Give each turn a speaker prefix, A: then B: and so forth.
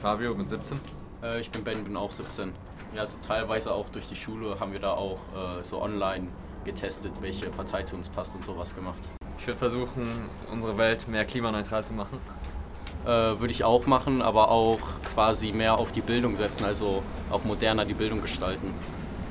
A: Fabio mit 17.
B: Äh, ich bin Ben, bin auch 17. Ja, also teilweise auch durch die Schule haben wir da auch äh, so online getestet, welche Partei zu uns passt und sowas gemacht.
A: Ich würde versuchen, unsere Welt mehr klimaneutral zu machen.
B: Äh, Würde ich auch machen, aber auch quasi mehr auf die Bildung setzen, also auch moderner die Bildung gestalten.